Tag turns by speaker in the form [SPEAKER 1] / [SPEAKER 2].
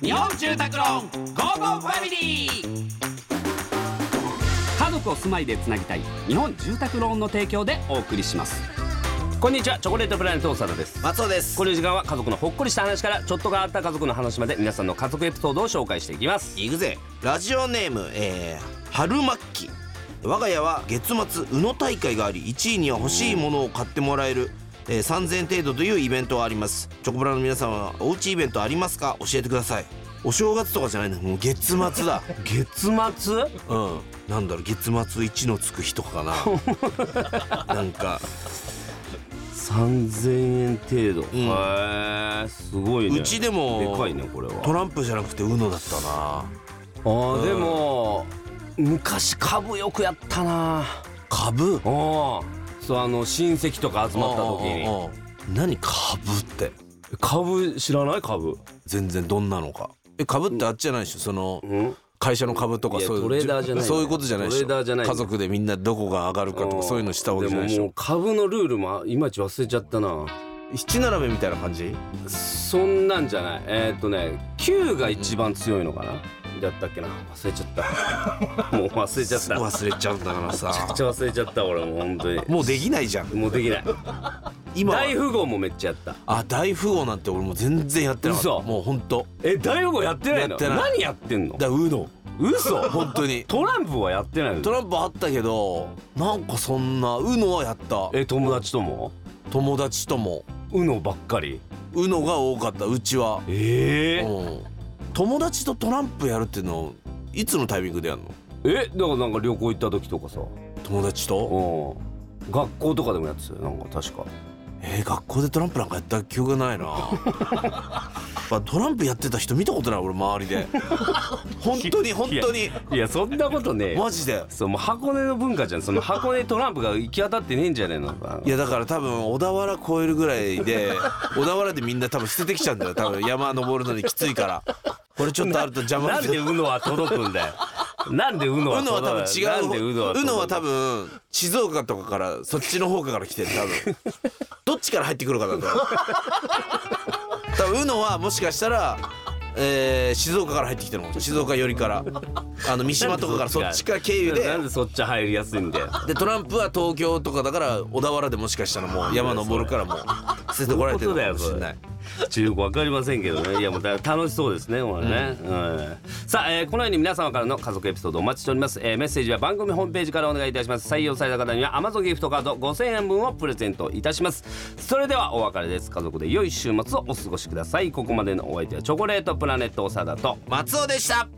[SPEAKER 1] 日本住宅ローンゴーゴーファミリー家族を住まいでつなぎたい日本住宅ローンの提供でお送りしますこんにちはチョコレートプラネット長田です
[SPEAKER 2] 松尾です
[SPEAKER 1] この時間は家族のほっこりした話からちょっと変わった家族の話まで皆さんの家族エピソードを紹介していきます
[SPEAKER 2] いくぜラジオネーム、えー、春末期我が家は月末宇野大会があり1位には欲しいものを買ってもらえる、えー、3000円程度というイベントがありますチョコプラの皆さんはおうちイベントありますか教えてくださいお正月とかじゃないのもう月末 だ
[SPEAKER 1] 月末
[SPEAKER 2] うんなんだろう月末一のつく日とかか ななんか
[SPEAKER 1] 3000円程度、
[SPEAKER 2] ん
[SPEAKER 1] へえすごいね
[SPEAKER 2] うちでも
[SPEAKER 1] でかいねこれは
[SPEAKER 2] トランプじゃなくてウノだったな
[SPEAKER 1] あーでも昔株よくやったな
[SPEAKER 2] 株
[SPEAKER 1] あそうあの親戚とか集まった時
[SPEAKER 2] うん
[SPEAKER 1] に
[SPEAKER 2] うんうん何株って
[SPEAKER 1] 株知らない株
[SPEAKER 2] 全然どんなのかえ株ってあっちじゃないでしょその
[SPEAKER 1] ん
[SPEAKER 2] 会社の株とか
[SPEAKER 1] いや
[SPEAKER 2] そういう
[SPEAKER 1] トレーダーじゃない
[SPEAKER 2] そういうことじゃないでしょ
[SPEAKER 1] トレーダーじゃない
[SPEAKER 2] 家族でみんなどこが上がるかとかそういうのしたわけじゃないでし
[SPEAKER 1] もも
[SPEAKER 2] ょ
[SPEAKER 1] う株のルールもいまいち忘れちゃったな
[SPEAKER 2] 七並べみたいな感じ
[SPEAKER 1] そんなんじゃないえーっとね9が一番強いのかな、だったっけな忘れちゃ ったもう忘れちゃっ
[SPEAKER 2] すぐ
[SPEAKER 1] ため
[SPEAKER 2] 忘れちゃうんだからさ
[SPEAKER 1] っちゃ忘れちゃった俺もう本当に
[SPEAKER 2] もうできないじゃん
[SPEAKER 1] もうできない
[SPEAKER 2] 今は
[SPEAKER 1] 大富豪もめっちゃやった
[SPEAKER 2] あ大富豪なんて俺もう全然やってなかった
[SPEAKER 1] 嘘
[SPEAKER 2] もう本当
[SPEAKER 1] え大富豪やってないの
[SPEAKER 2] やってない
[SPEAKER 1] 何やってんの
[SPEAKER 2] だうの
[SPEAKER 1] 嘘
[SPEAKER 2] 本 当に
[SPEAKER 1] トランプはやってないの
[SPEAKER 2] トランプあったけどなんかそんなうのはやった
[SPEAKER 1] え友達とも
[SPEAKER 2] 友達とも
[SPEAKER 1] うのばっかり
[SPEAKER 2] うのが多かったうちは
[SPEAKER 1] え
[SPEAKER 2] うん友達とトランプやるっていうのいつのタイミングでやるの
[SPEAKER 1] えだからなんか旅行行った時とかさ
[SPEAKER 2] 友達
[SPEAKER 1] う
[SPEAKER 2] と、
[SPEAKER 1] ん学校とかでもやってたよなんか確か
[SPEAKER 2] えー、学校でトランプなんかやった記憶ないなまあトランプやってた人見たことない俺周りで本当に本当に
[SPEAKER 1] いやそんなことねえよ
[SPEAKER 2] マジで
[SPEAKER 1] そうもう箱根の文化じゃんその箱根トランプが行き当たってねえんじゃねえのか
[SPEAKER 2] いやだから多分小田原超えるぐらいで小田原でみんな多分捨ててきちゃうんだよ多分山登るのにきついからこれちょっとあると邪魔
[SPEAKER 1] なんでうのは届くんだよなんでうのは
[SPEAKER 2] うのは多分
[SPEAKER 1] 届
[SPEAKER 2] 違
[SPEAKER 1] くなん
[SPEAKER 2] う
[SPEAKER 1] でうのは
[SPEAKER 2] うのは多
[SPEAKER 1] 分
[SPEAKER 2] 分静岡とかからそっちの方から来てる多分どっちから入ってくるかなんだよ多分うのはもしかしたら、えー、静岡から入ってきてるもん静岡寄りからあの三島とかからそっちから経由で
[SPEAKER 1] なんでそっち入りやすいんだよ
[SPEAKER 2] でトランプは東京とかだから小田原でもしかしたらもう山登るからもう捨ててこられてるのかもしれない
[SPEAKER 1] ちょっとよくわかりませんけどねいやもうだ楽しそうですねこれね、うんさあ、えーこのように皆様からの家族エピソードお待ちしております、えーメッセージは番組ホームページからお願いいたします採用された方には Amazon ギフトカード5000円分をプレゼントいたしますそれではお別れです家族で良い週末をお過ごしくださいここまでのお相手はチョコレートプラネット長田と
[SPEAKER 2] 松尾でした